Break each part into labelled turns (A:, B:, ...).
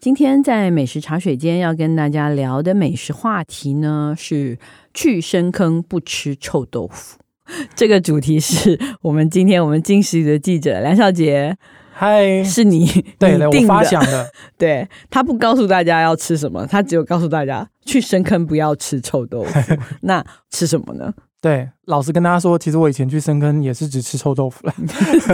A: 今天在美食茶水间要跟大家聊的美食话题呢，是去深坑不吃臭豆腐。 这个主题是我们今天我们金石里的记者梁少杰，
B: 嗨，
A: 是你
B: 嗯对
A: 你
B: 对，
A: 定
B: 我发
A: 的
B: 想的，
A: 对他不告诉大家要吃什么，他只有告诉大家去深坑不要吃臭豆 腐。那吃什么呢？
B: 对，老实跟大家说，其实我以前去深坑也是只吃臭豆腐了，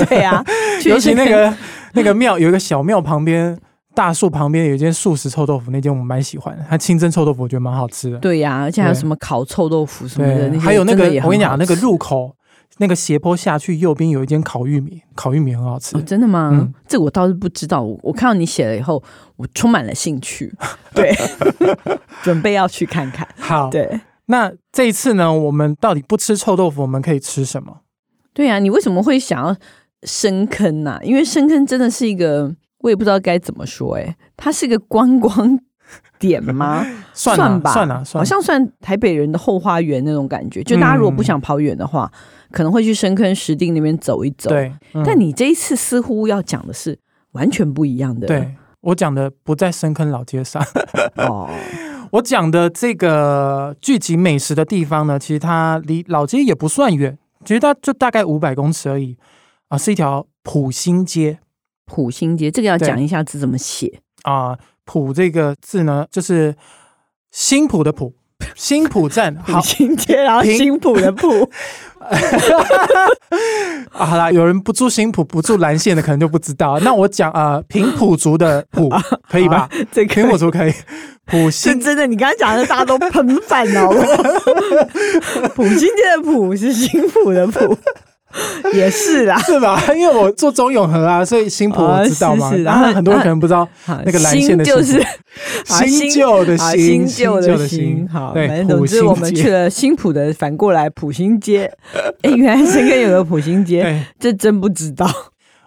A: 对 啊， 去
B: 尤其
A: 深
B: 那
A: 坑
B: 个那个庙有一个小庙旁边。大树旁边有一间素食臭豆腐，那间我蛮喜欢的，它清蒸臭豆腐我觉得蛮好吃的。
A: 对呀、而且还有
B: 对
A: 什么烤臭豆腐什么的，
B: 对，
A: 那些
B: 还有那
A: 真
B: 个
A: 的也很
B: 我跟你
A: 好
B: 讲，那个
A: 吃
B: 入口那个斜坡下去，右边有一间烤玉米，烤玉米很好吃
A: 哦，。真的吗？
B: 嗯
A: 这个我倒是不知道。我我看到你写了以后，我充满了兴 趣，对， 准备要去看看。
B: 好，
A: 对
B: 那这一次呢，我们到底不吃臭豆腐，我们可以吃什么？
A: 对呀、你为什么会想要深坑呐、因为深坑真的是一个，我也不知道该怎么说、欸，它是个观光点吗？
B: 算
A: 算
B: 了
A: 吧
B: 算了 算
A: 好
B: 了，
A: 像算台北人的后花园那种感觉。就大家如果不
B: 嗯
A: 想跑远的话，可能会去深坑石碇那边走一走。，
B: 对，嗯
A: 但你这一次似乎要讲的是完全不一样的。
B: 对我讲的不在深坑老街上，
A: 哦，
B: 我讲的这个聚集美食的地方呢，其实它离老街也不算远，其实它就大概五百公尺而已啊，是一条普新街
A: 普星街这个要
B: 对
A: 讲一下字怎么写。
B: 啊。普这个字呢，就是新浦 的浦，新浦站。好
A: 普星街，然后
B: 平
A: 新浦的 浦，
B: 啊，好啦，有人不住新浦，不住蓝线的，可能就不知 道。那我讲啊，平埔族的埔
A: 啊
B: 可以吧？
A: 这
B: 平
A: 个
B: 埔族可以，普
A: 是
B: 新
A: 真的。你刚刚讲的，大家都喷饭了 好不好。普星街的普是新浦的 浦，也是啦。
B: 是吧？因为我住中永和啊，所以新浦我知道嘛。
A: 哦是是
B: 然后很多人可能不知道
A: 好
B: 那个蓝线的
A: 新 就是啊
B: 新旧的
A: 啊，
B: 新，
A: 旧
B: 旧
A: 的
B: 新，
A: 好，
B: 对
A: 反正，
B: 普
A: 总之
B: 新
A: 我们
B: 街
A: 去了新浦的，反过来普新 街。哎，原来深坑有个普新街，
B: 对，
A: 这真不知道。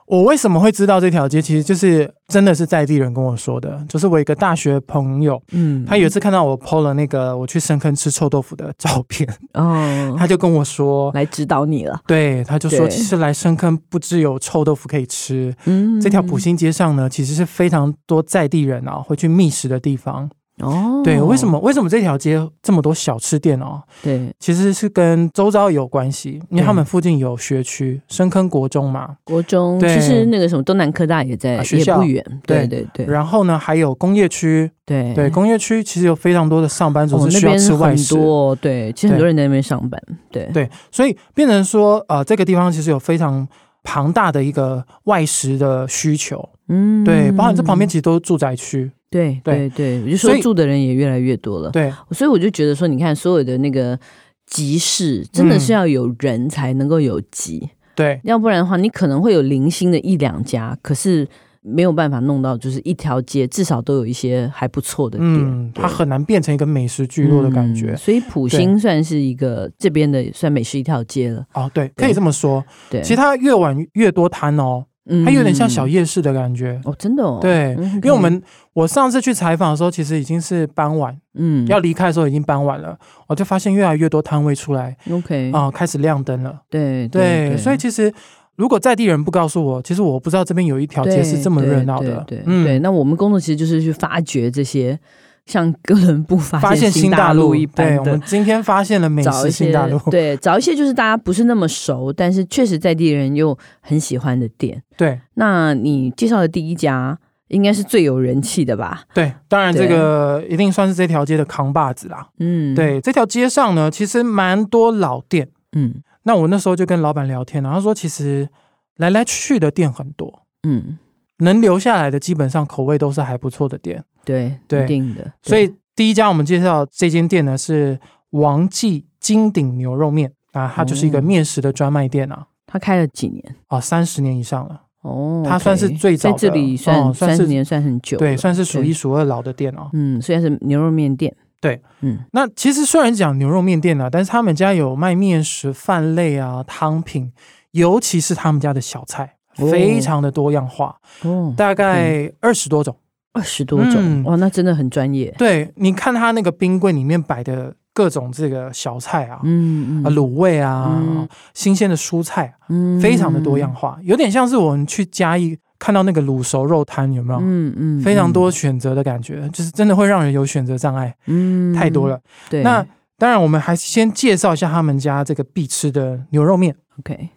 B: 我为什么会知道这条街？其实就是真的是在地人跟我说的，就是我一个大学朋友，
A: 嗯，
B: 他有一次看到我 PO 了那个我去深坑吃臭豆腐的照片，
A: 哦，
B: 他就跟我说。
A: 来指导你了。
B: 对，他就说，
A: 对
B: 其实来深坑不只有臭豆腐可以吃，
A: 嗯，
B: 这条普新街上呢，其实是非常多在地人啊会去觅食的地方。
A: 哦，
B: 对，为什？么为什么这条街这么多小吃店哦？
A: 对，
B: 其实是跟周遭有关系，因为
A: 对
B: 他们附近有学区，深坑国中嘛，
A: 国中
B: 对
A: 其实那个什么东南科大也在，
B: 啊学
A: 也
B: 校
A: 不远。对
B: 对
A: 对对
B: 然后呢还有工业区，
A: 对
B: 对，。工业区其实有非常多的上班
A: 哎哦
B: 族，是
A: 那
B: 需要
A: 边
B: 吃外
A: 很
B: 食，
A: 多哦，对，其实很
B: 对
A: 多人在那边上班，对，
B: 对，所以变成说，呃，这个地方其实有非常庞大的一个外食的需求，
A: 嗯
B: 对，包含这旁边，其实都是住宅区，
A: 对对
B: 对
A: 对，我就
B: 所
A: 说
B: 以
A: 住的人也越来越多了，
B: 对，
A: 所以我就觉得说，你看所有的那个集市，真的是
B: 嗯
A: 要有人才能够有集，
B: 对，
A: 要不然的话，你可能会有零星的一两家，可是没有办法弄到，就是一条街至少都有一些还不错的店。
B: 嗯，
A: 对
B: 它很难变成一个美食聚落的感觉
A: 嗯，所以普星算是一个这边的算美食一条街了。
B: 哦，对，可以这么说，
A: 嗯对，
B: 其实它越晚越多摊哦，
A: 嗯
B: 它有点像小夜市的感觉，
A: 哦，真的哦，
B: 对，
A: 嗯
B: 因为我们我上次去采访的时候，其实已经是傍晚，
A: 嗯
B: 要离开的时候已经傍晚了，我就发现越来越多摊位出来
A: OK
B: 啊、开始亮灯了。
A: 对
B: 对，
A: 对，
B: 所以其实如果在地人不告诉我，其实我不知道这边有一条街
A: 对
B: 是这么热闹的。
A: 对对对
B: 嗯，
A: 对那我们工作其实就是去发掘这些，像哥伦布
B: 发
A: 发
B: 现
A: 新
B: 新大
A: 陆
B: 陆
A: 一般
B: 对，
A: 的，
B: 我们今天发现了美
A: 找一
B: 食
A: 些
B: 新大陆。
A: 对，找一些就是大家不是那么熟，但是确实在地人又很喜欢的店。
B: 对
A: 那你介绍的第一家应该是最有人气的吧？
B: 对，当然
A: 对
B: 这个一定算是这条街的扛把子啦。
A: 嗯，，
B: 对，这条街上呢，其实蛮多老店。
A: 嗯
B: 那我那时候就跟老板聊天，然后他说其实来来去去的店很多，
A: 嗯，
B: 能留下来的基本上口味都是还不错的店。
A: 对，
B: 对
A: 一定的。
B: 所以第一家我们介绍这间店呢是王记金鼎牛肉面啊，它就是一个
A: 哦
B: 面食的专卖店啊，
A: 他开了几年？
B: 啊，三十年以上了，
A: 哦，
B: 它算是
A: OK
B: 最早
A: 在
B: 的
A: 这里
B: 哦
A: 算
B: 算
A: 三
B: 是
A: 十年，算很久。
B: 对，，算是数一数二老的店哦。
A: 嗯，虽然是牛肉面店，
B: 对，
A: 嗯
B: 那其实虽然讲牛肉面店啊，但是他们家有卖面食、饭类啊、汤品，尤其是他们家的小菜，
A: 哦
B: 非常的多样化，
A: 哦，
B: 大概二十多种。
A: 二十多种、
B: 嗯
A: 哇，那真的很专业。
B: 对，你看他那个冰柜里面摆的各种这个小菜啊。
A: 嗯
B: 啊，
A: 嗯
B: 卤味啊，
A: 嗯
B: 新鲜的蔬菜，
A: 嗯
B: 非常的多样。化，有点像是我们去嘉义看到那个卤熟肉摊，有没有？
A: 嗯嗯，
B: 哦非常多选择的感觉，就是真的会让人有选择障碍，
A: 嗯，嗯
B: 太多。了。
A: 对，
B: 那当然，我们还是先介绍一下他们家这个必吃的牛肉面。
A: OK，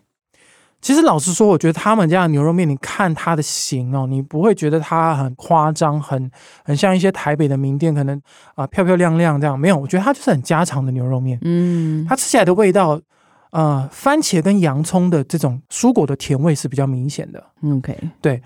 B: 其实老实说，我觉得他们家的牛肉面，你看它的形哦，你不会觉得它很夸张，很很像一些台北的名店，可能啊、漂漂亮亮这样。没有，我觉得它就是很家常的牛肉面，
A: 嗯，
B: 它吃起来的味道，呃，番茄跟洋葱的这种蔬果的甜味是比较明显的。
A: 嗯 OK，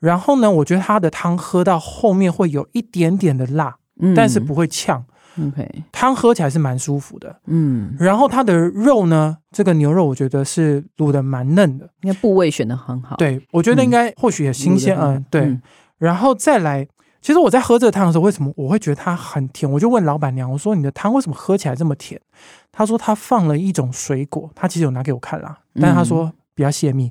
B: 然后呢，我觉得它的汤喝到后面会有一点点的辣，
A: 嗯
B: 但是不会呛，
A: OK，
B: 汤喝起来是蛮舒服的。
A: 嗯，
B: 然后它的肉呢，这个牛肉我觉得是卤的蛮嫩的，
A: 应该部位选的很好，嗯
B: 对我觉得应该或许也
A: 卤得很好，
B: 新鲜，嗯，对。然后再来，其实我在喝这个汤的时候，为什么我会觉得它很甜？我就问老板娘，我说你的汤为什么喝起来这么甜？她说她放了一种水果，她其实有拿给我看啦，但是她说。不要泄密，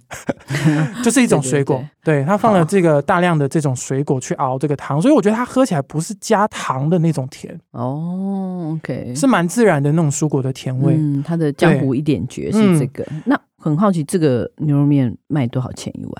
B: 就是一种水果。 对她放了这个大量的这种水果去熬这个汤，所以我觉得它喝起来不是加糖的那种甜，
A: 哦，OK，
B: 是蛮自然的那种蔬果的甜味。
A: 嗯，它的江湖一点绝是这
B: 嗯
A: 个。那很好奇，这个牛肉面卖多少钱一碗？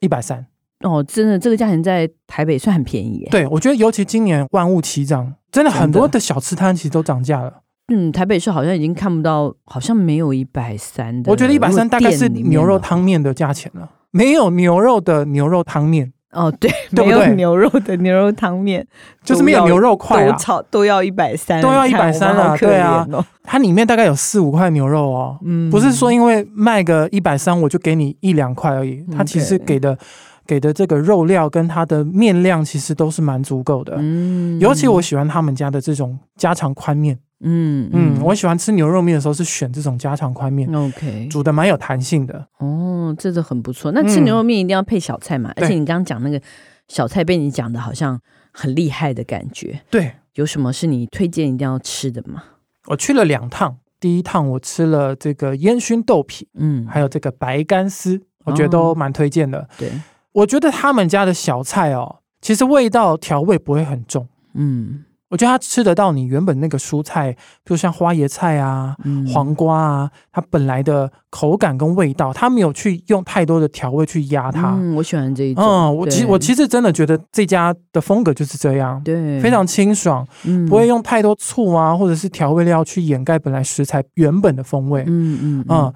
B: 一百三，
A: 哦，真的，这个价钱在台北算很便宜耶。，
B: 对我觉得尤其今年万物齐涨，真的很多的小吃摊其实都涨价了。
A: 嗯，台北市好像已经看不到，好像没有一百三的。
B: 我觉得一百三
A: 如果
B: 大概是
A: 店里面
B: 牛肉
A: 的
B: 汤面的价钱了，没有牛肉的牛肉汤面，
A: 哦，对，
B: 对
A: 没
B: 不
A: 有
B: 对
A: 牛肉的牛肉汤面
B: 就是没有牛肉块啊
A: 都
B: 啦。
A: 炒都要一百三，
B: 都要
A: 你看
B: 130
A: 我们好
B: 啊
A: 可
B: 对啊
A: 怜哦
B: 它里面大概有四五块牛肉哦，
A: 嗯
B: 不是说因为卖个一百三我就给你一两块而
A: 嗯
B: 已，它其实
A: OK
B: 给的给的这个肉料跟它的面量其实都是蛮足够的。
A: 嗯
B: 尤其我喜欢他们家的这种家常宽面，
A: 嗯
B: 嗯，我喜欢吃牛肉面的时候是选这种家常宽面，
A: OK
B: 煮的蛮有弹性的。
A: 哦，这个很不错。那吃
B: 嗯
A: 牛肉面一定要配小菜嘛？
B: 对
A: 而且你刚刚讲那个小菜被你讲的好像很厉害的感觉，
B: 对
A: 有什么是你推荐一定要吃的吗？
B: 我去了两趟，第一趟我吃了这个烟熏豆皮，
A: 嗯，
B: 还有这个白干丝，我觉得
A: 哦
B: 都蛮推荐的。
A: 对，
B: 我觉得他们家的小菜哦，其实味道调味不会很重，
A: 嗯
B: 我觉得它吃得到你原本那个蔬菜，比如像花椰菜啊、
A: 嗯，
B: 黄瓜啊，它本来的口感跟味道，它没有去用太多的调味去压它。嗯
A: 嗯，我喜欢这一种，
B: 我
A: 对
B: 其我其实真的觉得这家的风格就是这样，
A: 对，
B: 非常清爽，
A: 嗯
B: 不会，用太多醋啊或者是调味料去掩盖本来食材原本的风味。
A: 嗯嗯
B: 嗯，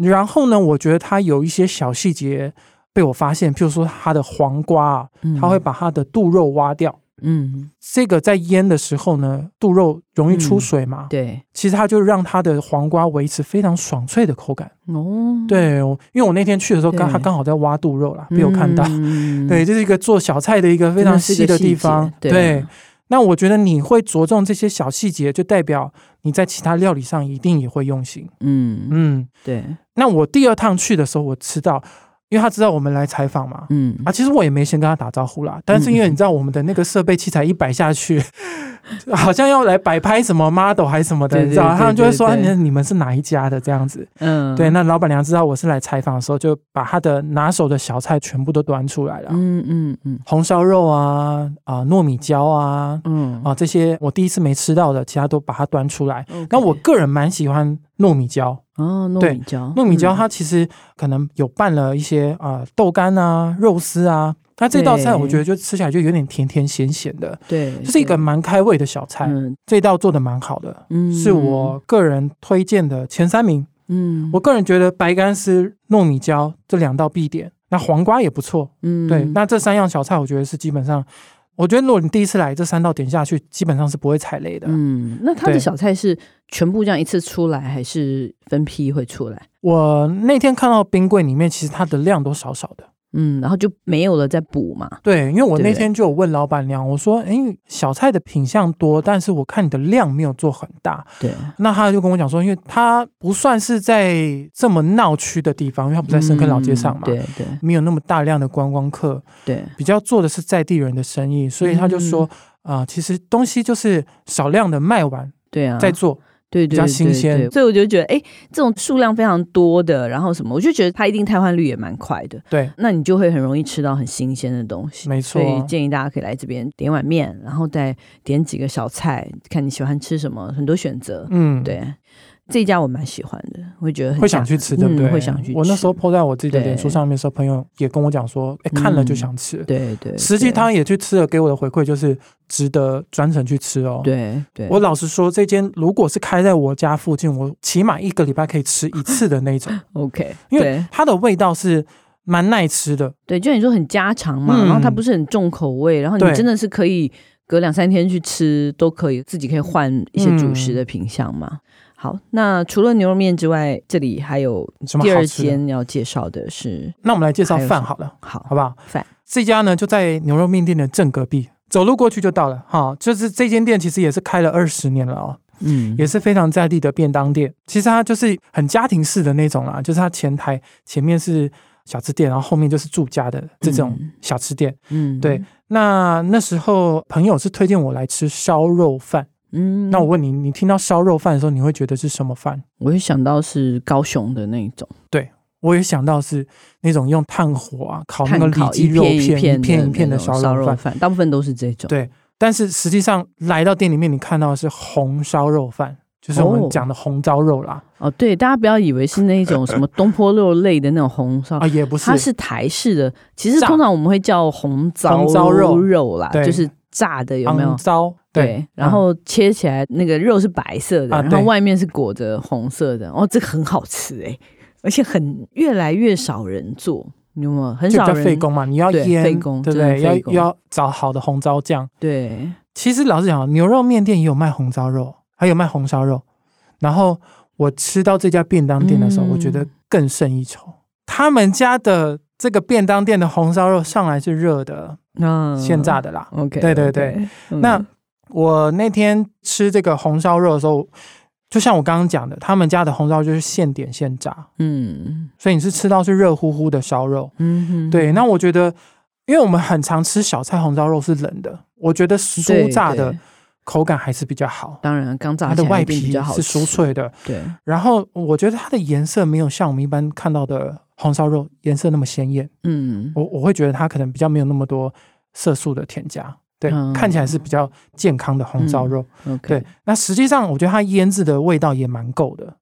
B: 然后呢，我觉得它有一些小细节被我发现，譬如说它的黄瓜啊，
A: 嗯，
B: 它会把它的肚肉挖掉。
A: 嗯，
B: 这个在腌的时候呢，肚肉容易出水嘛，
A: 对，
B: 其实它就让它的黄瓜维持非常爽脆的口感。
A: 哦，
B: 对，我因为我那天去的时候刚
A: 对
B: 它刚好在挖肚肉啦，
A: 嗯，
B: 被我看到。对，这是一个做小菜的一个非常细的地
A: 真
B: 方。
A: 的是个细节对啊
B: 那我觉得你会着重这些小细节，就代表你在其他料理上一定也会用心。
A: 嗯，嗯，
B: 嗯，
A: 对，
B: 那我第二趟去的时候，我吃到，因为他知道我们来采访嘛，
A: 嗯
B: 啊，其实我也没先跟他打招呼啦，但是因为你知道我们的那个设备器材一摆下去， 好像要来摆拍什么 model 还是什么的，
A: 对
B: 你知道，
A: 对对
B: 他们就会说哎
A: 对对
B: 你你们是哪一家的这样子。
A: 嗯，
B: 对，那老板娘知道我是来采访的时候，就把她的拿手的小菜全部都端出来了，
A: 嗯嗯嗯
B: 红烧肉啊啊糯米椒啊
A: 嗯，
B: 啊这些我第一次没吃到的，其他都把它端出来。
A: 嗯 OK，
B: 那我个人蛮喜欢糯米椒，
A: 哦，糯
B: 对
A: 米椒，
B: 糯米椒
A: 嗯
B: 它其实可能有拌了一些啊、呃豆干啊、肉丝啊，那这道菜
A: 对
B: 我觉得就吃起来就有点甜甜咸咸的，
A: 对，
B: 这是一
A: 对
B: 个蛮开胃的小菜。
A: 嗯
B: 这道做的蛮好的，
A: 嗯
B: 是我个人推荐的前三名。
A: 嗯
B: 我个人觉得白干丝、糯米椒这两道必点，那黄瓜也不错。
A: 嗯
B: 对，那这三样小菜我觉得是基本上，我觉得如果你第一次来，这三道点下去基本上是不会踩雷的。
A: 嗯，那它的
B: 对
A: 小菜是全部这样一次出来，还是分批会出来？
B: 我那天看到冰柜里面，其实它的量都少少的。
A: 嗯，然后就没有了再补嘛。
B: 对，因为我
A: 对
B: 那
A: 不对
B: 天就有问老板娘，我说：“哎，小菜的品相多，但是我看你的量没有做很大。
A: 对，”
B: 那他就跟我讲说，因为他不算是在这么闹区的地方，因为他不在深坑老街上嘛，
A: 嗯对对
B: 没有那么大量的观光客，
A: 对，
B: 比较做的是在地人的生意，所以他就说，啊、其实东西就是少量的卖完
A: 对嗯啊，
B: 再做，
A: 对对
B: 比较新
A: 对
B: 鲜
A: 对所以我就觉得，哎，这种数量非常多的，然后什么，我就觉得它一定汰换率也蛮快的。
B: 对，
A: 那你就会很容易吃到很新鲜的东西。
B: 没错啊
A: 所以建议大家可以来这边点碗面，然后再点几个小菜，看你喜欢吃什么，很多选择。
B: 嗯，，
A: 对，这一家我蛮喜欢的，会觉得很
B: 会想去吃，对不
A: 嗯
B: 对？
A: 会想去
B: 我那时候
A: 吃
B: PO 在我自己的脸书
A: 对嗯
B: 上面的时候，朋友也跟我讲说，哎，看了就想吃。
A: 对对，
B: 实际
A: 对
B: 他也去吃了，给我的回馈就是值得专程去吃哦。，
A: 对对，
B: 我老实说，这间如果是开在我家附近，我起码一个礼拜可以吃一次的那一种，
A: OK，
B: 因为
A: 对
B: 它的味道是蛮耐吃的。
A: 对，就你说很家常嘛，然后它
B: 嗯
A: 不是很重口味，然后你
B: 对
A: 真的是可以隔两三天去吃都可以，自己可以换一些主
B: 嗯
A: 食的品相嘛。好，那除了牛肉面之外，这里还有
B: 什么
A: 第
B: 好
A: 二
B: 吃的？
A: 间要介绍的是，
B: 那我们来介绍
A: 还有
B: 饭
A: 什么
B: 好了，好
A: 好，
B: 不好？
A: 饭
B: 这家呢就在牛肉面店的正隔壁，走路过去就到了。哈，就是这间店其实也是开了二十年了哦。
A: 嗯，
B: 也是非常在地的便当店。其实它就是很家庭式的那种啦，就是它前台前面是小吃店，然后后面就是住家的这种
A: 嗯
B: 小吃店。
A: 嗯，
B: 对，那那时候朋友是推荐我来吃烧肉饭。
A: 嗯，
B: 那我问你，你听到烧肉饭的时候，你会觉得是什么饭？
A: 我会想到是高雄的那一种，
B: 我也想到是那种用炭火啊烤那个
A: 炭
B: 里
A: 烤
B: 脊
A: 一
B: 肉片
A: 一片
B: 一片一片
A: 的
B: 的
A: 那种
B: 烧
A: 烧
B: 肉饭，
A: 饭，大部分都是这种，
B: 对但是实际上来到店里面，你看到的是红烧肉饭，就是我
A: 哦
B: 们讲的红烧肉啦。
A: 哦，对，大家不要以为是那一种什么东坡肉类的那种红烧
B: 啊，也不是，
A: 哦它是台式的，其实
B: 炸
A: 通常我们会叫红糟
B: 红糟肉
A: 啦，
B: 对
A: 就是炸的，有没有
B: 肮？糟，对，嗯
A: 然后切起来那个肉是白色的，
B: 啊
A: 然后
B: 对
A: 外面是裹着红色的，哦，这个很好吃哎、而且很越来越少人做，你有没有？很
B: 就
A: 少
B: 比较
A: 人
B: 费工嘛，你要
A: 对
B: 腌，
A: 费工
B: 对不
A: 真的
B: 对？要
A: 费工
B: 要找好的红糟酱。
A: 对，
B: 其实老实讲，牛肉面店也有卖红糟肉，还有卖红烧肉。然后我吃到这家便当店的时候，
A: 嗯
B: 我觉得更胜一筹。他们家的这个便当店的红烧肉上来是热的，
A: 那
B: 嗯现炸的啦。
A: 嗯 OK，
B: 对对对
A: OK，嗯
B: 那我那天吃这个红烧肉的时候，就像我刚刚讲的，他们家的红烧肉就是现点现炸，
A: 嗯
B: 所以你是吃到是热乎乎的烧肉。
A: 嗯哼，
B: 对，那我觉得，因为我们很常吃小菜红烧肉是冷的，我觉得酥
A: 对
B: 炸的
A: 对
B: 口感还是比较好，
A: 当然刚炸
B: 它
A: 起
B: 的
A: 来
B: 外
A: 一定比
B: 皮
A: 较好
B: 是酥
A: 吃，
B: 脆的。
A: 对，
B: 然后我觉得它的颜色没有像我们一般看到的红烧肉颜色那么鲜艳，
A: 嗯
B: 我我会觉得它可能比较没有那么多色素的添加。对，
A: 嗯
B: 看起来是比较健康的红烧
A: 嗯
B: 肉。
A: ，OK，
B: 对，那实际上我觉得它腌制的味道也蛮够的。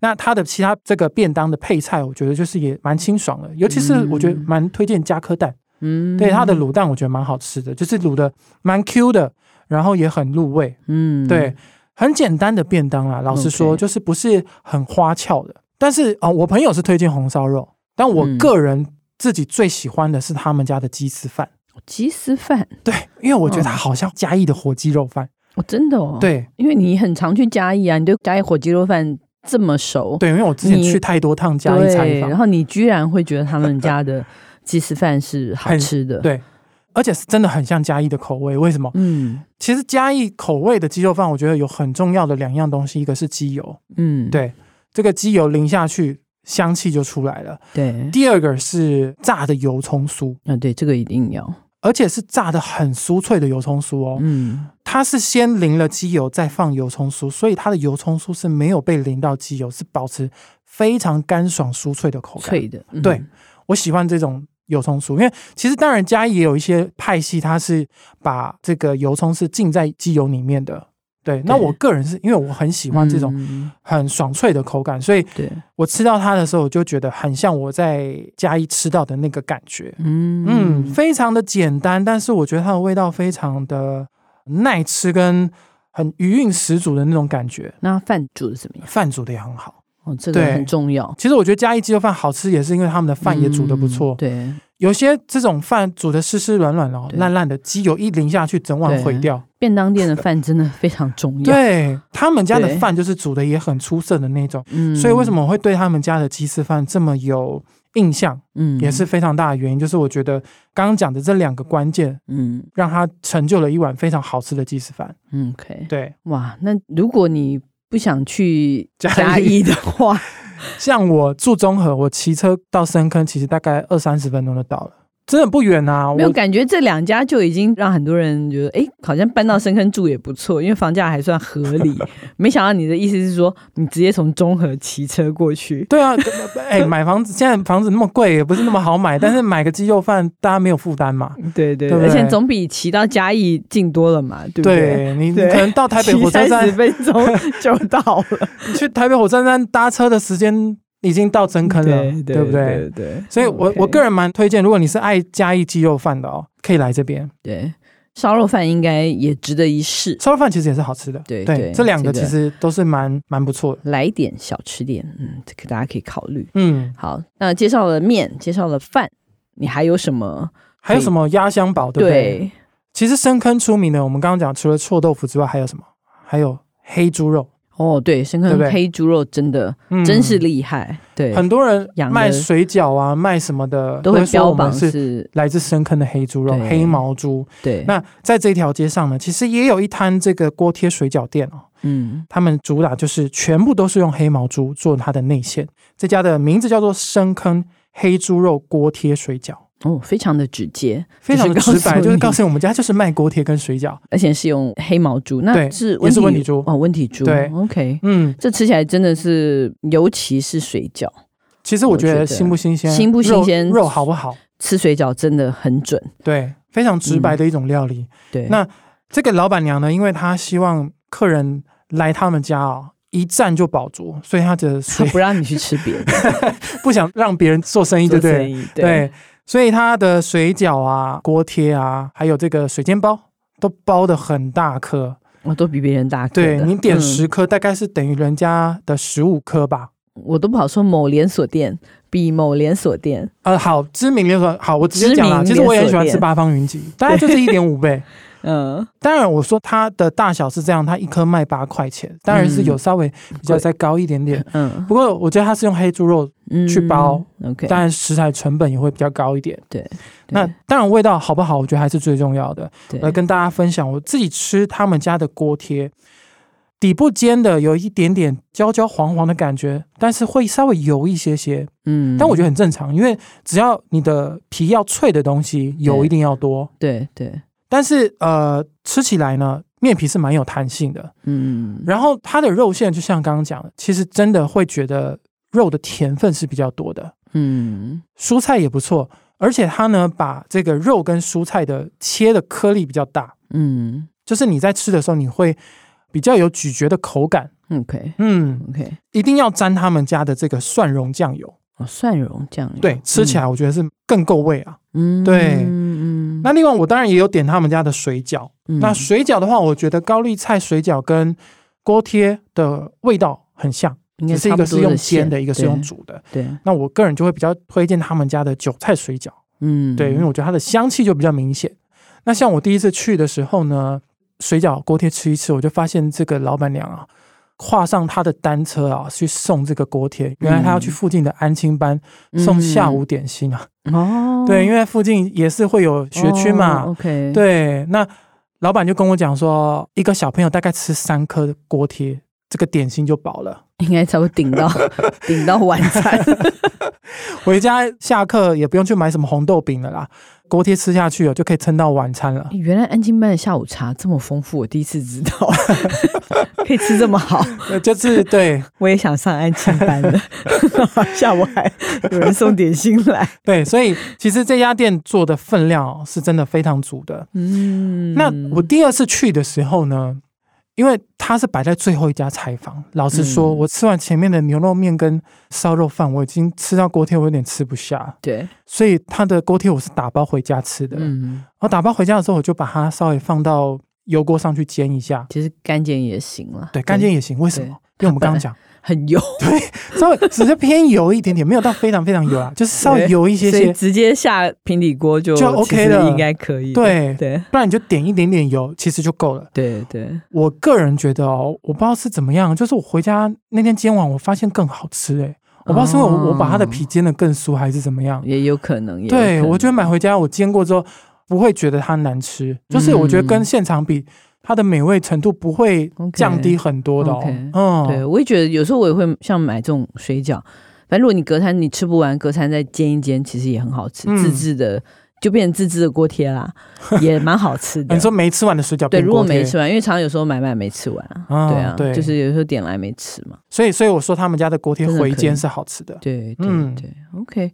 B: 那它的其他这个便当的配菜，我觉得就是也蛮清爽的，尤其是我觉得
A: 嗯
B: 蛮推荐加颗蛋。
A: 嗯，
B: 对它的卤蛋，我觉得蛮好吃的，就是卤的蛮 Q 的，然后也很入味。
A: 嗯，
B: 对，很简单的便当啦，老实说
A: OK
B: 就是不是很花俏的。但是啊、呃我朋友是推荐红烧肉，但我
A: 嗯
B: 个人自己最喜欢的是他们家的鸡丝饭。
A: 鸡丝饭，
B: 对，因为我觉得
A: 嗯
B: 它好像嘉义的火鸡肉饭。
A: 哦，真的哦，，
B: 对
A: 因为你很常去嘉义啊，你对嘉义火鸡肉饭这么熟，
B: 对，因为我之前
A: 你
B: 去太多趟嘉义采
A: 对，然
B: 访，
A: 后你居然会觉得他们家的鸡丝饭是好
B: 很
A: 吃的，，
B: 对，而且是真的很像嘉义的口味。为什么？
A: 嗯
B: 其实嘉义口味的鸡肉饭，我觉得有很重要的两样东西，一个是鸡油，
A: 嗯，
B: 对，这个鸡油淋下去，香气就出来了。
A: 对，
B: 第二个是炸的油葱酥，
A: 啊对，这个一定要，
B: 而且是炸的很酥脆的油葱酥哦。
A: 嗯
B: 它是先淋了鸡油，再放油葱酥，所以它的油葱酥是没有被淋到鸡油，是保持非常干爽酥脆的口感。
A: 脆的，嗯
B: 哦对，我喜欢这种油葱酥，因为其实当然嘉义也有一些派系，它是把这个油葱是浸在鸡油里面的。对，那
A: 对
B: 我个人是因为我很喜欢这种
A: 嗯
B: 很爽脆的口感，所以
A: 对，
B: 我吃到它的时候，我就觉得很像我在嘉义吃到的那个感觉。嗯，
A: 嗯
B: 非常的简单，但是我觉得它的味道非常的耐吃，跟很余韵十足的那种感觉。
A: 那饭煮的怎么样？
B: 饭煮的也很好。
A: 哦，这个
B: 对
A: 很重要，
B: 其实我觉得嘉义鸡肉饭好吃，也是因为他们的饭也煮的不错。
A: 嗯对，
B: 有些这种饭煮的湿湿软软哦，
A: 对
B: 烂烂的，鸡油一淋下去，整碗
A: 对啊
B: 毁掉。
A: 便当店的饭真的非常重要，，
B: 对他们家的
A: 对
B: 饭就是煮的也很出色的那种，
A: 嗯
B: 所以为什么我会对他们家的鸡丝饭这么有印象，
A: 嗯
B: 也是非常大的原因，就是我觉得刚刚讲的这两个关键，
A: 嗯
B: 让它成就了一碗非常好吃的鸡丝饭。
A: 嗯，OK，
B: 对，
A: 哇，那如果你不想去
B: 嘉
A: 嘉
B: 义
A: 义的 话，
B: 像我住中和，我骑车到深坑，其实大概二三十分钟就到了。真的不远啊，
A: 没有
B: 我
A: 感觉这两家就已经让很多人觉得，哎，好像搬到深坑住也不错，因为房价还算合 理。没想到你的意思是说，你直接从中和骑车过去，
B: 对啊，哎、买房子现在房子那么贵，也不是那么好买，但是买个鸡肉饭大家没有负担嘛。
A: 对对
B: 对不
A: 而
B: 对
A: 且总比骑到嘉义近多了嘛，对不对？
B: 对你，你
A: 对
B: 可能到台北 火车
A: 三十
B: 站，
A: 分钟 就到了，
B: 去台北火车站搭车的时间已经到真坑了，
A: 对
B: 不
A: 对？对，
B: 所以我
A: OK
B: 我个人蛮推荐，如果你是爱嘉义鸡肉饭的哦，可以来这边。
A: 对烧肉饭应该也值得一试，
B: 烧肉饭其实也是好吃的，
A: 对对
B: 对，这两个
A: 这
B: 其
A: 个
B: 实都是蛮蛮不错的。
A: 来一点小吃点，嗯，这个大家可以考虑。
B: 嗯，
A: 好，那介绍了面，介绍了饭，你还有什么？
B: 还有什么鸭香堡，对不对？
A: 对
B: 其实深坑出名的，我们刚刚讲除了臭豆腐之外，还有什么？还有黑猪肉，
A: 哦，对，深
B: 对不
A: 坑
B: 对
A: 黑猪肉真的
B: 嗯
A: 真是厉害，对，
B: 很多人
A: 养
B: 卖
A: 的
B: 水饺啊，卖什么的
A: 都
B: 会
A: 会
B: 说
A: 标
B: 我们
A: 榜
B: 是
A: 是，
B: 来自深坑的黑猪肉、
A: 对
B: 黑毛猪。
A: 对，
B: 那在这条街上呢，其实也有一摊这个锅贴水饺店哦，
A: 嗯，
B: 他们主打就是全部都是用黑毛猪做它的内馅。这家的名字叫做深坑黑猪肉锅贴水饺，
A: 哦，非常的直接，
B: 非常的直白，就是告
A: 你，
B: 诉你我们家就是卖锅贴跟水饺。
A: 而且是用黑毛猪，那
B: 对
A: 是
B: 也是温体猪
A: 哦，温体猪，
B: 对
A: ，OK，
B: 嗯，
A: 这吃起来真的是，尤其是水饺，
B: 其实我觉
A: 我觉得
B: 得新不新鲜，
A: 新不新鲜
B: 肉，肉好不好，
A: 吃水饺真的很准，
B: 对，非常直白的一种料理。
A: 对，
B: 那这个老板娘呢，因为她希望客人来他们家哦，一站就饱足，所以她的
A: 他
B: 水
A: 不让你去吃别的，
B: 不想让别人做生意，对
A: 做生
B: 不对？
A: 意，对
B: 对，所以她的水饺啊、锅贴啊，还有这个水煎包。都包的很大颗，
A: 我哦都比别人大个的，
B: 对你点
A: 嗯
B: 十颗，大概是等于人家的十五颗吧。
A: 我都不好说某连锁店比某连锁店，
B: 呃，好，知名连锁，好，我直接
A: 知
B: 讲啦。
A: 名
B: 其实我也
A: 连
B: 很喜
A: 锁
B: 欢吃
A: 店
B: 八方云集，大概就是一点五 倍。
A: 嗯，
B: 当然，我说它的大小是这样，它一颗卖八块钱，当然是有稍微比较
A: 嗯贵
B: 再高一 点点。
A: 嗯
B: 不过我觉得它是用黑猪肉，
A: 嗯
B: 去包
A: ，OK，
B: 当然食材成本也会比较高一点。
A: 对，
B: 那
A: 对
B: 当然味道好不好，我觉得还是最重要的。
A: 对
B: 来跟大家分享，我自己吃他们家的锅贴，底部煎的有一点点焦焦黄黄的感觉，但是会稍微油一些些，
A: 嗯，
B: 但我
A: 觉
B: 觉得很正常，因为只要你的皮要脆的东西，油
A: 对
B: 一定要多。
A: 对对，
B: 但是呃，吃起来呢，面皮是蛮有弹性的，
A: 嗯，
B: 然后它的肉馅就像刚刚讲的，其实真的会觉得肉的甜分是比较多的。
A: 嗯，
B: 蔬菜也不错，而且它呢把这个肉跟蔬菜的切的颗粒比较大，
A: 嗯
B: 就是你在吃的时候你会比较有咀嚼的口感。
A: ，OK
B: 嗯，
A: OK，
B: 一定要沾他们家的这个蒜蓉酱油，
A: 哦，蒜蓉酱油，
B: 对，吃起来我觉得是更够味啊。
A: 嗯，嗯，
B: 对
A: 嗯嗯，
B: 那另外我当然也有点他们家的水饺，
A: 嗯
B: 那水饺的话，我觉得高丽菜水饺跟锅贴的味道很像，
A: 嗯应该
B: 只是一
A: 差不
B: 个是
A: 多
B: 用
A: 馅
B: 煎的，一个是用，煮的。
A: 对对，
B: 那我个人就会比较推荐他们家的韭菜水饺。
A: 嗯，
B: 对，因为我觉得它的香气就比较明显。那像我第一次去的时候呢，水饺锅贴吃一吃，我就发现这个老板娘啊，跨上她的单车啊，去送这个锅贴。原来她要去附近的安亲班、送下午点心啊。
A: 嗯哦，
B: 对，
A: 为
B: 因为附近也是会有学区嘛。
A: ，OK，，
B: 对，那老板就跟我讲说，一个小朋友大概吃三颗锅贴，这个点心就饱了。
A: 应该差不多顶 到顶到晚餐，哎
B: 回家下课也不用去买什么红豆饼了啦，锅贴吃下去哦，就可以撑到晚餐了。
A: 原来安静班的下午茶这么丰富，我第一次知道， 可以吃这么好。
B: 呃就是对，
A: 我也想上安亲班 了，下午还有人送点心来。
B: 对，所以其实这家店做的分量哦是真的非常足的。
A: 嗯
B: 那我第二次去的时候呢，因为它是摆在最后一家采访，老实说，
A: 嗯
B: 我吃完前面的牛肉面跟烧肉饭，我已经吃到锅贴，我有点吃不下，
A: 对，
B: 所以它的锅贴我是打包回家吃的。然
A: 嗯，
B: 后打包回家的时候，我就把它稍微放到油锅上去煎一下，
A: 其实干煎也行了，
B: 对，干煎也行。为什么？因为我们刚刚讲，
A: 很油，
B: 稍微只是偏油一点点，没有到非常非常油啊，就是稍微
A: 对
B: 油一些
A: 所以
B: 些。
A: 直接下平底锅就
B: 就 OK
A: 其实
B: 了
A: 应该可以的。
B: 对
A: 对
B: 不然你就点一点点油，其实就够了。
A: 对对，
B: 我个人觉得哦，我不知道是怎么样，就是我回家那天煎完，我发现更好吃诶、欸我不知道是因为我、
A: 哦
B: 我把它的皮煎的更酥，还是怎么样。
A: 也有可能。也有
B: 对，
A: 可能
B: 我觉得买回家我煎过之后，不会觉得它难吃，就是我觉得跟现场比，它的美味程度不会
A: 嗯 OK
B: 降低很多的、哦。
A: OK
B: 嗯，
A: 对，我也觉得有时候我也会像买这种水饺，反正如果你隔餐你吃不完，隔餐再煎一煎，其实也很好吃，
B: 嗯
A: 自制的就变成自制的锅贴 啦，也蛮好吃的
B: 你。说没吃完的水饺
A: 对，
B: 变
A: 如果
B: 锅啊贴，
A: 没吃完，因为常常有时候买买没吃完啊，
B: 啊
A: 对啊，
B: 对
A: 就是有时候点来没吃嘛，
B: 所以所以我说他们家的锅贴
A: 真的
B: 回
A: 可
B: 煎
A: 以
B: 是好吃的。
A: 对对
B: 嗯
A: 对、o k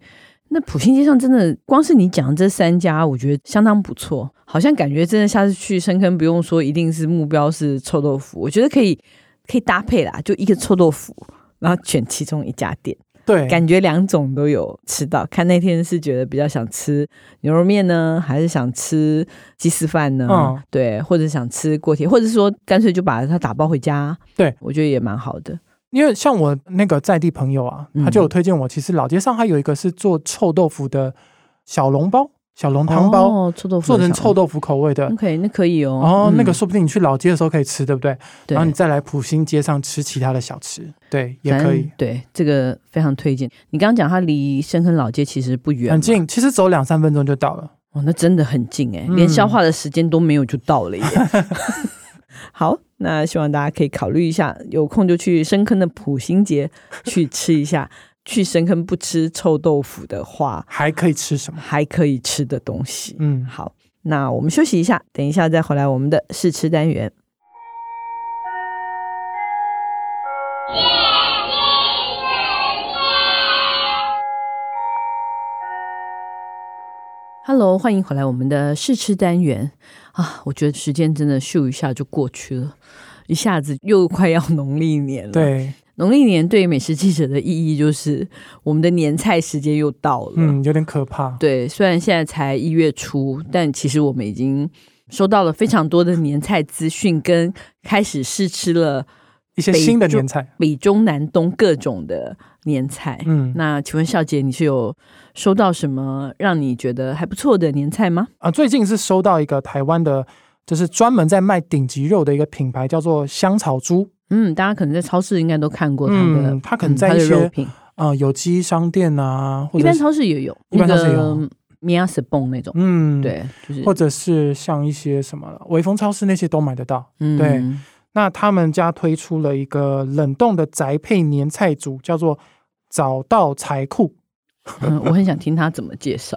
A: 那普信街上真的，光是你讲这三家，我觉得相当不错，好像感觉真的下次去深坑，不用说一定是目标是臭豆腐，我觉得可以可以搭配啦，就一个臭豆腐，然后选其中一家店。
B: 对，
A: 感觉两种都有吃到，看那天是觉得比较想吃牛肉面呢，还是想吃鸡丝饭呢？
B: 嗯
A: 对，或者想吃锅贴，或者说干脆就把它打包回家。
B: 对，
A: 我觉得也蛮好的。
B: 因为像我那个在地朋友啊，
A: 嗯
B: 他就有推荐我，其实老街上还有一个是做臭豆腐的小笼包、小笼嗯汤包，
A: 哦、臭豆腐
B: 做成臭
A: 豆
B: 豆腐口味的。
A: ，OK，那可以哦。
B: 哦，
A: 嗯
B: 那个说不定你去老街的时候可以吃，对不对？
A: 对
B: 然后你再来普兴街上吃其他的小吃，对，也
A: 反正
B: 可以，
A: 对，这个非常推荐。你刚刚讲它离深坑老街其实不远，啊
B: 很。近，其实走两三分钟就到了。
A: 哦，那真的很近哎，
B: 嗯
A: 连消化的时间都没有就到了耶。好，那希望大家可以考虑一下，有空就去深坑的普兴节去吃一下。去深坑不吃臭豆腐的话，
B: 还可以吃什么？
A: 还可以吃的东西。
B: 嗯，
A: 好，那我们休息一下，等一下再回来我们的试吃单元。Hello，欢迎回来我们的试吃单元啊！我觉得时间真的咻一下就过去了，一下子又快要农历年了。，
B: 对，
A: 农历年对于美食记者的意义就是我们的年菜时间又到了。
B: 嗯，有点可怕。
A: 对，虽然现在才一月初，但其实我们已经收到了非常多的年菜资讯，跟开始试吃了
B: 一些
A: 北
B: 新的
A: 就
B: 年菜，
A: 北中南东各种的年菜。
B: 嗯
A: 那请问笑姐，你是有收到什么让你觉得还不错的年菜吗？
B: 啊，最近是收到一个台湾的，就是专门在卖顶级肉的一个品牌，叫做香草猪。
A: 嗯，大家可能在超市应该都看过它的，
B: 嗯它可能在
A: 它的
B: 一些
A: 肉品，
B: 啊，有机商店啊，或
A: 一
B: 者
A: 般
B: 是
A: 超市也有，
B: 一般超市也有
A: 那个米亚斯蹦那种，
B: 嗯，，
A: 对，就是
B: 或者是像一些什么微风超市那些都买得到。
A: 嗯
B: 对那他们家推出了一个冷冻的宅配年菜组，叫做“找到财库
A: 嗯我很想听他怎么介绍，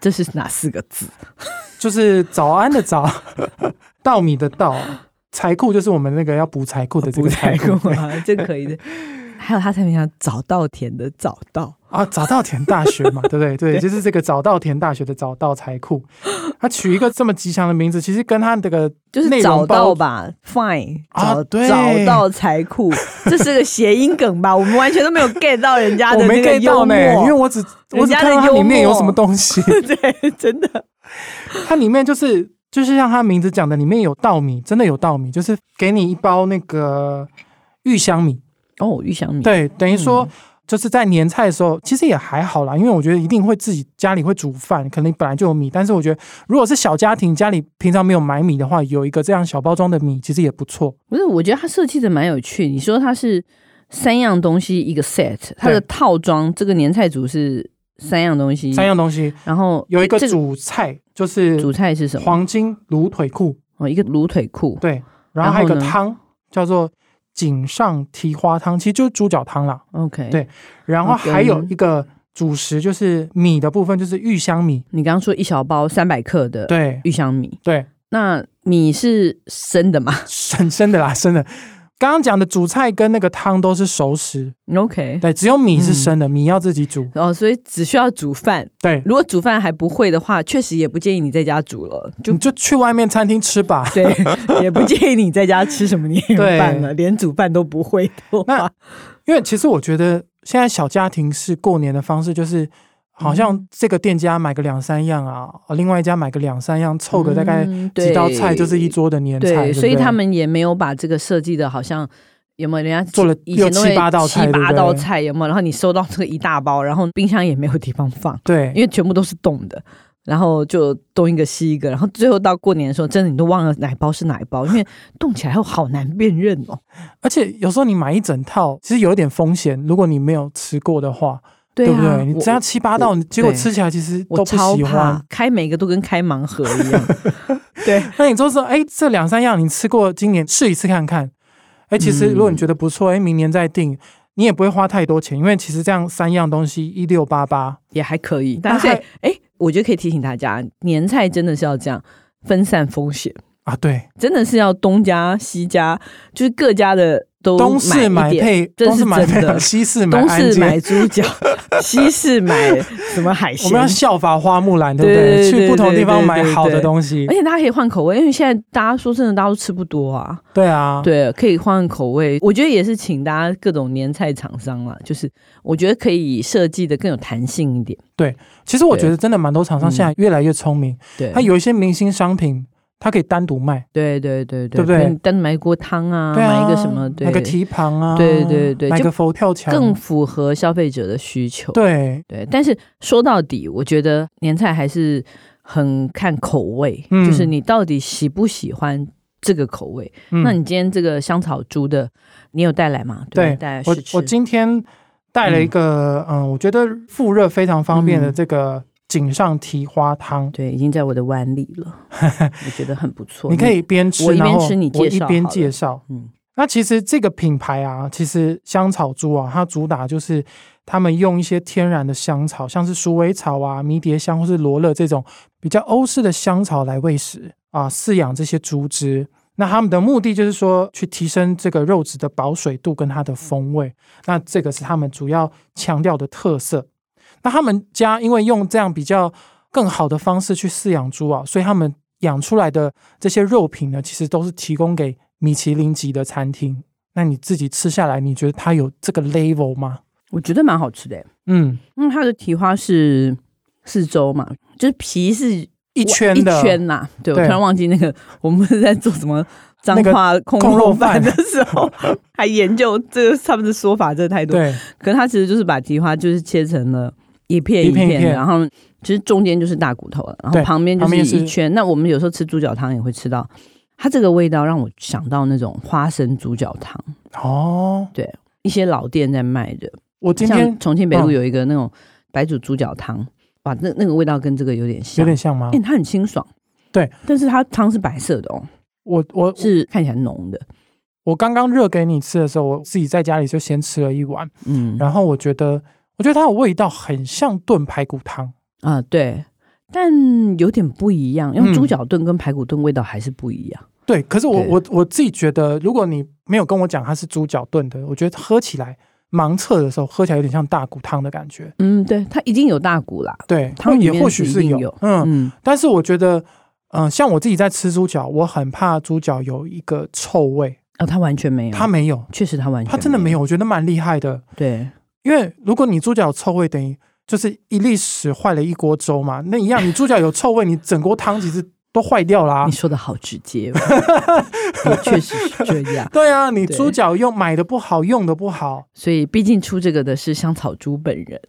A: 这是哪四个字？”，
B: 就是早安的早， 稻米的稻，财库就是我们那个要 补财库的这个
A: 不太
B: 财
A: 够
B: 库
A: 啊，这可 以的。还有他才名叫早稻田的早稻，
B: 啊，早稻田大学 嘛，对不对？对，就是这个早稻田大学的早稻财库，他取一个这么吉祥的名字，其实跟他这个
A: 就是
B: 内
A: 早
B: 容包
A: 稻吧，fine，
B: 啊
A: 早、
B: 对
A: 早稻财 库，这是个谐音梗吧？我们完全都没有 get 到人家
B: 我
A: 的
B: 没
A: 那个
B: get
A: 幽
B: 到
A: 默，
B: 呢，因为我只我
A: 人
B: 只
A: 家
B: 看
A: 的
B: 到它
A: 幽
B: 里面有
A: 默
B: 什么东西，
A: 对，真的，
B: 它里面就是就是像它名字讲的，里面有稻米，真的有稻米，就是给你一包那个玉香米，
A: 哦，玉香米，
B: 对，等于
A: 嗯
B: 说。就是在年菜的时候，其实也还好啦，因为我觉得一定会自己家里会煮饭，可能本来就有米。但是我觉得，如果是小家庭家里平常没有买米的话，有一个这样小包装的米，其实也不错。
A: 不是，我觉得它设计的蛮有趣。你说它是三样东西一个 set，它的
B: 对
A: 套装这个年菜组是三样东西，
B: 三样东西，
A: 然后
B: 有一个
A: 这
B: 主菜就是
A: 主菜是什么？
B: 黄金卤腿裤，
A: 哦，一个卤腿裤，
B: 对，然后还有一个
A: 然后呢
B: 汤叫做锦上蹄花汤，其实就是猪脚汤啦。
A: ，OK，
B: 对然后
A: 嗯
B: 还有一个主食就是米的部分，就是玉香米。
A: 你刚刚说一小包三百克的
B: 对
A: 玉香米，
B: 对，
A: 那米是生 的吗
B: 生生的啦，生的。刚刚讲的主菜跟那个汤都是熟食，
A: ？OK，
B: 对，只有米是
A: 嗯
B: 生的，米要自己煮。
A: 哦，所以只需要煮饭。
B: 对，
A: 如果煮饭还不会的话，确实也不建议你在家煮了，就
B: 你就去外面餐厅吃吧。
A: 对，也不建议你在家吃什么年夜饭了，连煮饭都不会的话
B: 那，因为其实我觉得现在小家庭是过年的方式，就是好
A: 嗯
B: 像这个店家买个两三样啊，另外一家买个两三样，凑个大概
A: 嗯
B: 几道
A: 对
B: 菜就是一桌的年菜。对
A: 对，
B: 不对，
A: 所以他们也没有把这个设计的好像。有没有人家
B: 做了
A: 以前都会
B: 六七八道
A: 七
B: 菜
A: 八
B: 对不对
A: 道菜有没有？然后你收到这个一大包，然后冰箱也没有地方放，
B: 对，
A: 因为全部都是冻的，然后就东一个西一个，然后最后到过年的时候，真的你都忘了哪一包是哪一包，因为冻起来后好难辨认哦。
B: 而且有时候你买一整套，其实有一点风险。如果你没有吃过的话，
A: 对
B: 不
A: 啊，
B: 对？你
A: 我
B: 这样七八道，你结果
A: 对
B: 吃起来其实
A: 我
B: 都不
A: 超
B: 喜欢
A: 怕。开每个都跟开盲盒一样。 对，
B: 那你就说，哎，这两三样你吃过，今年试一次看看。哎，其实如果你觉得不错，哎，明年再定，你也不会花太多钱，因为其实这样三样东西一六八八，
A: 也还可以。
B: 那
A: 但是
B: 还
A: 哎，我觉得可以提醒大家，年菜真的是要这样分散风险，
B: 啊，对，
A: 真的是要东家西家，就是各家的都
B: 东市买
A: 买一点
B: 配，
A: 这
B: 东
A: 是
B: 市买
A: 真
B: 配
A: 的
B: 啊，西市买
A: 东
B: 安
A: 市买
B: 街，
A: 猪 脚，西市买什么海
B: 我
A: 鲜
B: 们。要效法花木兰，对不
A: 对对对
B: 去不同
A: 对
B: 地方
A: 对
B: 买
A: 对
B: 好的
A: 对哎
B: 东西
A: 而，且大家可以换口味，因为现在大家说真的，大家都吃不多啊。
B: 对啊，
A: 对，可以换口味。我觉得也是，请大家各种年菜厂商啦，就是我觉得可以设计的更有弹性一点。
B: 其实我
A: 对
B: 觉得真的蛮多厂
A: 嗯
B: 商现在越来越聪明，
A: 对，
B: 它有一些明星商品，它可以单独卖，
A: 对对对
B: 对不对
A: 可能单买一锅汤啊，
B: 对
A: 买
B: 啊，
A: 一个什么，对，
B: 买个蹄膀啊，
A: 对对对
B: 买
A: 就
B: 个佛跳墙，
A: 更符合消费者的需求。
B: 对，
A: 对，但是说到底，我觉得年菜还是很看口味，
B: 嗯
A: 就是你到底喜不喜欢这个口味。
B: 嗯
A: 那你今天这个香草猪的，你有带来吗？
B: 对
A: 对，带来
B: 我
A: 试吃
B: 我今天带了一个，嗯我觉得复热非常方
A: 嗯
B: 便的这个锦上提花汤，
A: 对，已经在我的碗里 了，我觉得很不错。
B: 你可以边吃，
A: 我一边
B: 然后
A: 吃你介
B: 我一
A: 绍
B: 边
A: 好了
B: 介绍。
A: 嗯
B: 那其实这个品牌啊，其实香草猪啊，它主打就是他们用一些天然的香草，像是鼠尾草啊、迷迭香或是罗勒这种比较欧式的香草来喂食啊，饲养这些猪只。那他们的目的就是说，去提升这个肉质的保水度跟它的风味。那这个是他们主要强调的特色。那他们家因为用这样比较更好的方式去饲养猪啊，所以他们养出来的这些肉品呢，其实都是提供给米其林级的餐厅。那你自己吃下来，你觉得它有这个 level 吗？
A: 我觉得蛮好吃的耶，
B: 嗯，
A: 因为它的蹄花是四周嘛，就是皮是
B: 一圈的
A: 一圈呐、对，我
B: 对
A: 突然忘记那个，我们不是在做什么脏话控
B: 控肉
A: 肉饭
B: 饭
A: 的时 候，还研究这个他们的说法，真的太多。
B: 对
A: 可是它其实就是把蹄花就是切成了一片
B: 一片
A: 片，
B: 一片
A: 然后其实中间就是大骨头了，然
B: 对
A: 后旁边就
B: 旁
A: 是
B: 边是
A: 一圈。那我们有时候吃猪脚汤也会吃到，它这个味道让我想到那种花生猪脚汤，
B: 哦。
A: 一些老店在卖的，
B: 我今
A: 像
B: 天
A: 重庆北路
B: 嗯
A: 有一个那种白煮猪脚汤，哇，那那个味道跟这个有点
B: 有
A: 像，
B: 点像吗
A: 哎、？它很清爽，
B: 对，
A: 但是它汤是白色的哦，
B: 我我
A: 是看起来浓的，
B: 我刚刚热给你吃的时候，我自己在家里就先吃了一碗，
A: 嗯
B: 然后我觉得我觉得它的味道很像炖排骨汤，
A: 啊、对，但有点不一样，因
B: 嗯
A: 为猪脚炖跟排骨炖味道还是不一样，
B: 对，可是我
A: 对
B: 我我自己觉得，如果你没有跟我讲它是猪脚炖的，我觉得喝起来盲测的时候喝起来有点像大骨汤的感觉。
A: 嗯对，它已经有大骨啦，
B: 对，
A: 汤里
B: 也
A: 面
B: 或
A: 是
B: 许
A: 一
B: 是
A: 定
B: 有，
A: 有
B: 嗯，
A: 嗯
B: 但是我觉得，嗯、像我自己在吃猪脚，我很怕猪脚有一个臭味，
A: 哦，它完全没有，
B: 它没有，
A: 确实它完全
B: 它真的没有，我觉得蛮厉害的。
A: 对，
B: 因为如果你猪脚有臭味，等于就是一粒屎坏了一锅粥嘛，那一样，你猪脚有臭味，你整锅汤其实都坏掉啦、
A: 你说的好直接 哦，也确实是这样，
B: 对啊，你
A: 对
B: 猪脚用买的不好，用的不好，
A: 所以毕竟出这个的是香草猪本 人，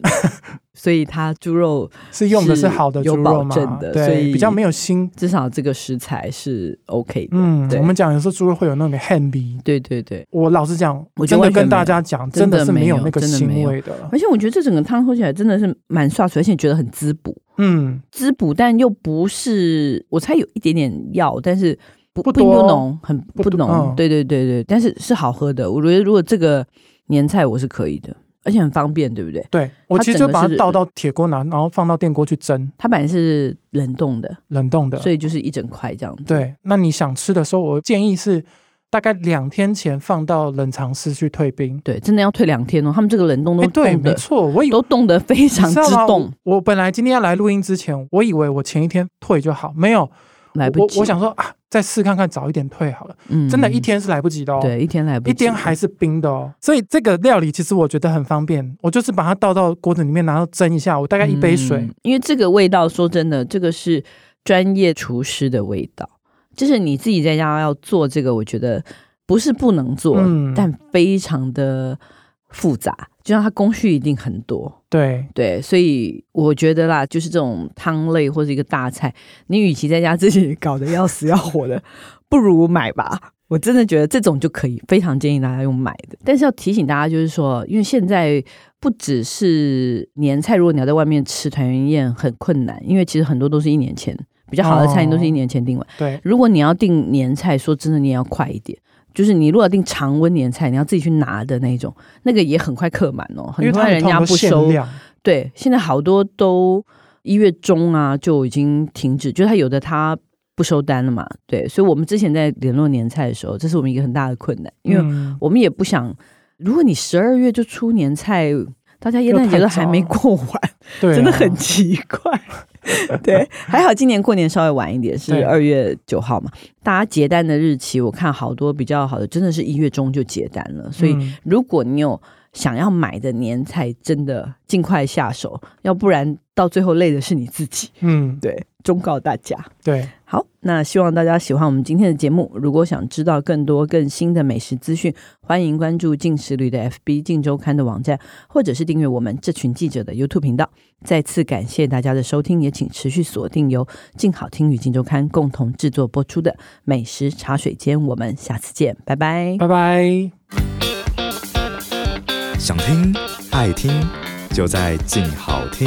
A: 所以它猪肉
B: 是用的是好的
A: 是有
B: 猪肉
A: 保
B: 嘛
A: 证？的所
B: 对，
A: 以
B: 比较没有腥。
A: 至少这个食材是 OK 的，
B: 嗯，
A: 对
B: 我们讲有时候猪肉会有那个 hand 鼻，
A: 对对对。
B: 我老实讲，
A: 我觉
B: 真
A: 得
B: 的
A: 完全
B: 跟大
A: 没有
B: 家讲，真
A: 真的
B: 的是
A: 没
B: 有
A: 有
B: 那个
A: 真的没
B: 腥
A: 有
B: 味的。
A: 而且我觉得这整个汤喝起来真的是蛮下水，而且觉得很滋补，
B: 嗯，
A: 滋补但又不是，我猜有一点点药，但是不
B: 不
A: 并
B: 多
A: 不浓，很
B: 不
A: 不浓，
B: 嗯
A: 对对对对，但是是好喝的。我觉得如果这个年菜我是可以的，而且很方便，对不对？
B: 对我
A: 它
B: 其实就
A: 整个
B: 把它
A: 是
B: 倒到铁锅拿，然后放到电锅去蒸，
A: 它本来是冷冻的，
B: 冷冻的。
A: 所以就是一整块这样子。
B: 啊对，那你想吃的时候，我建议是大概两天前放到冷藏室去退冰。
A: 对，真的要退两天哦。他们这个冷冻都
B: 哎，对，
A: 冻
B: 没
A: 的，
B: 错，我以为
A: 都冻得非常
B: 你
A: 之
B: 知道吗
A: 冻，
B: 我我本来今天要来录音之前，我以为我前一天退就好，没有，
A: 来不
B: 我
A: 及。
B: 我想说啊，再试看看，早一点退好了。
A: 嗯
B: 真的，一天是来不及的哦。。
A: 对一天来不及，
B: 一天还是冰的哦，所以这个料理其实我觉得很方便，我就是把它倒到锅子里面，然后蒸一下，我大概一杯水，
A: 嗯因为这个味道，说真的，这个是专业厨师的味道，就是你自己在家要做这个，我觉得不是不能做，
B: 嗯
A: 但非常的复杂，就像它工序一定很多。
B: 对，
A: 对，所以我觉得啦，就是这种汤类或者一个大菜，你与其在家自己搞得要死要活的， 不如买吧。我真的觉得这种就可以，非常建议大家用买的。但是要提醒大家，就是说，因为现在不只是年菜，如果你要在外面吃团圆宴很困难，因为其实很多都是一年前比较好的餐饮都
B: 哦
A: 是一年前订完。
B: 对，
A: 如果你要订年菜，说真的，你也要快一点。就是你如果要订常温年菜，你要自己去拿的那种，那个也很快客满哦，
B: 因为
A: 很
B: 它
A: 快
B: 们
A: 人
B: 通
A: 家
B: 常都
A: 不
B: 限
A: 收
B: 量，
A: 对，现在好多都一月中啊就已经停止，就是他有的他不收单了嘛，对，所以我们之前在联络年菜的时候，这是我们一个很大的困难，因为
B: 嗯
A: 我们也不想，如果你十二月就出年菜，大家耶诞节都还没过完，
B: 对啊
A: 真的很奇怪。 对，还好今年过年稍微晚一点，
B: 对
A: 是二月九号嘛。大家结单的日期，我看好多比较好的，真的是一月中就结单了。所以，
B: 嗯
A: 如果你有想要买的年菜，真的尽快下手，要不然到最后累的是你自己。
B: 嗯，
A: 对，忠告大家。
B: 对，
A: 好，那希望大家喜欢我们今天的节目。如果想知道更多更新的美食资讯，欢迎关注进食旅的 FB、进周刊的网站，或者是订阅我们这群记者的 YouTube 频道。再次感谢大家的收听，也请持续锁定由静好听与静周刊共同制作播出的《美食茶水间》，我们下次见，拜拜。
B: 拜拜。
C: 想听爱听，就在静好听。